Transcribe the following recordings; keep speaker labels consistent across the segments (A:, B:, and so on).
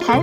A: 台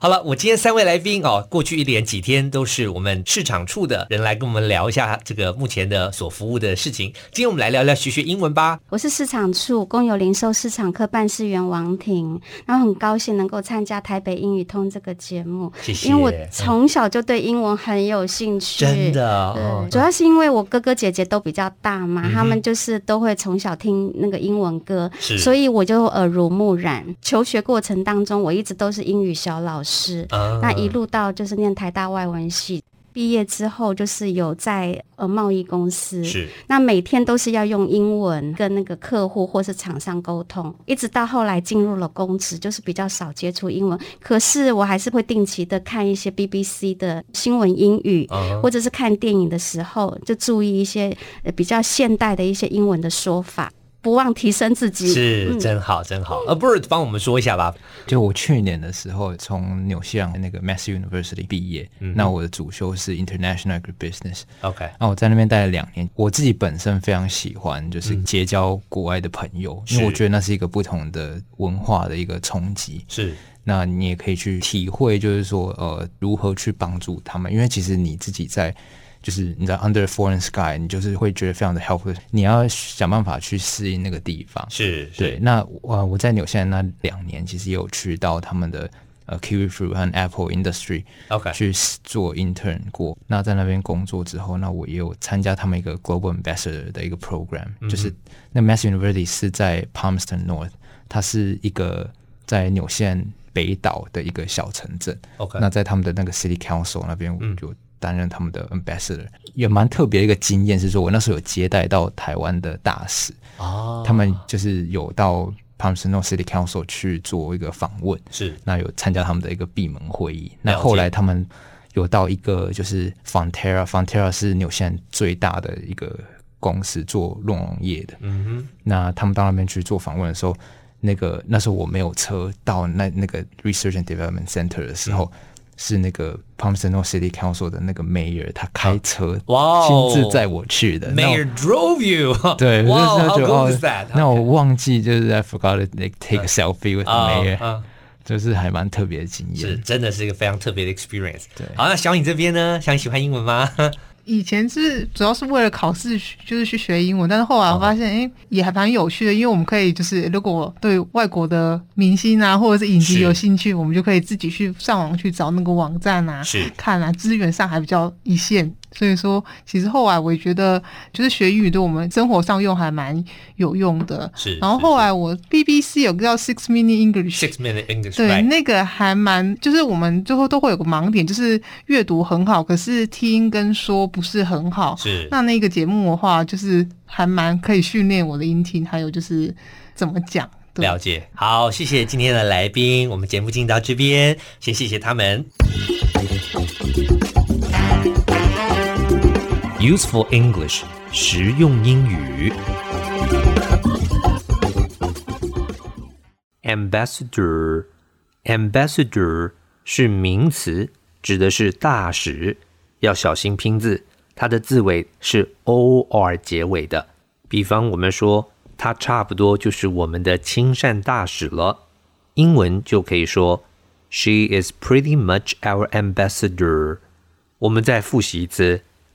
B: 好了，我今天三位来宾哦，过去一连几天都是我们市场处的人来跟我们聊一下这个目前的所服务的事情。今天我们来聊聊学学英文吧。
C: 我是市场处公有零售市场科办事员王婷，然后很高兴能够参加台北英语通这个节目，
B: 谢谢。
C: 因为我从小就对英文很有兴趣。
B: 真的
C: 对。
B: 哦，
C: 嗯主要是因为我哥哥姐姐都比较大嘛，
B: 嗯哼
C: 他们就是都会从小听那个英文歌，
B: 是
C: 所以我就耳濡目染。求学过程当中，我一直都是英语小老师，
B: 啊
C: 那一路到就是念台大外文系，毕业之后就是有在呃贸易公司，
B: 是
C: 那每天都是要用英文跟那个客户或是厂商沟通，一直到后来进入了公职，就是比较少接触英文。可是我还是会定期的看一些 BBC 的新闻英语，
B: 啊
C: 或者是看电影的时候，就注意一些呃比较现代的一些英文的说法，不忘提升自己。
B: 是真好真好。呃，Bird 帮我们说一下吧。
D: 就我去年的时候从纽西兰那个 Mass University 毕业，
B: 嗯哼
D: 那我的主修是 International Agribusiness，
B: OK，
D: 那我在那边待了两年，我自己本身非常喜欢，就是
B: 嗯
D: 结交国外的朋友，
B: 是
D: 因为我觉得那是一个不同的文化的一个冲击。
B: 是
D: 那你也可以去体会，就是说，呃，如何去帮助他们，因为其实你自己在，就是你在 under foreign sky，你就是会觉得非常的 helpless，你要想办法去适应那个地方。
B: 是是
D: 对，那我呃我在纽西兰那两年，其实也有去到他们的呃 kiwi fruit 和 apple industry
B: ，OK
D: 去 s- 做 intern 过。那在那边工作之后，那我也有参加他们一个 global ambassador 的一个 program，、就是
B: 嗯
D: 那 Mass University 是在 Palmerston North，它是一个在纽西兰北岛的一个小城镇。
B: OK，嗯
D: 那在他们的那个 City Council 那边，我就担任他们的 ambassador，、也蛮特别的一个经验是说，我那时候有接待到台湾的大使，
B: 啊
D: 他们就是有到 Palmerston North City Council 去做一个访问，
B: 是
D: 那有参加他们的一个闭门会议。
B: 了
D: 那
B: 解
D: 后来他们有到一个就是 Fonterra，Fonterra 是纽西兰最大的一个公司做鹿茸业的。
B: 嗯
D: 那他们到那边去做访问的时候，那个那时候我没有车到那那个 Research and Development Center 的时
B: 嗯
D: 候，是那个 Palmerston North City Council 的那个 mayor 他开车
B: 啊哇哦
D: 亲自载我去的。
B: 哼
D: 呃那我
B: ，Mayor drove you 。
D: 对，我
B: 哇
D: 那时候
B: ，How
D: 觉得
B: cool
D: 哦
B: is that？
D: 那我忘记就是 I forgot to like, take a selfie with the
B: 啊
D: mayor，、
B: 啊
D: 就是还蛮特别的经
B: 是
D: 验。
B: 真的是一个非常特别的 experience。
D: 对
B: 好，那小颖这边呢？小颖喜欢英文吗？
E: 以前是主要是为了考试，就是去学英文，但是后
B: 哦
E: 来我发现，哎、也还蛮有趣的，因为我们可以就是如果对外国的明星啊或者是影集
B: 是
E: 有兴趣，我们就可以自己去上网去找那个网站啊，
B: 是
E: 看啊，资源上还比较一线。所以说，其实后来我也觉得，就是学英语对我们生活上用还蛮有用的。
B: 是
E: 然后
B: 是
E: 后来我 BBC 有个叫 Six Minute English，
B: Six Minute English，
E: 对
B: right？
E: 那个还蛮，就是我们最后都会有个盲点，就是阅读很好，可是听跟说不是很好。
B: 是
E: 那那个节目的话，就是还蛮可以训练我的音听，还有就是怎么讲。对
B: 了解。好，谢谢今天的来宾，我们节目进行到这边，先谢谢他们。Useful English，实用英语。Ambassador。Ambassador 是名词，指的是大使，要小心拼字，它的字尾是 o r 结尾的。比方我们说，他差不多就是我们的亲善大使了，英文就可以说 She is pretty much our ambassador。我们再复习一次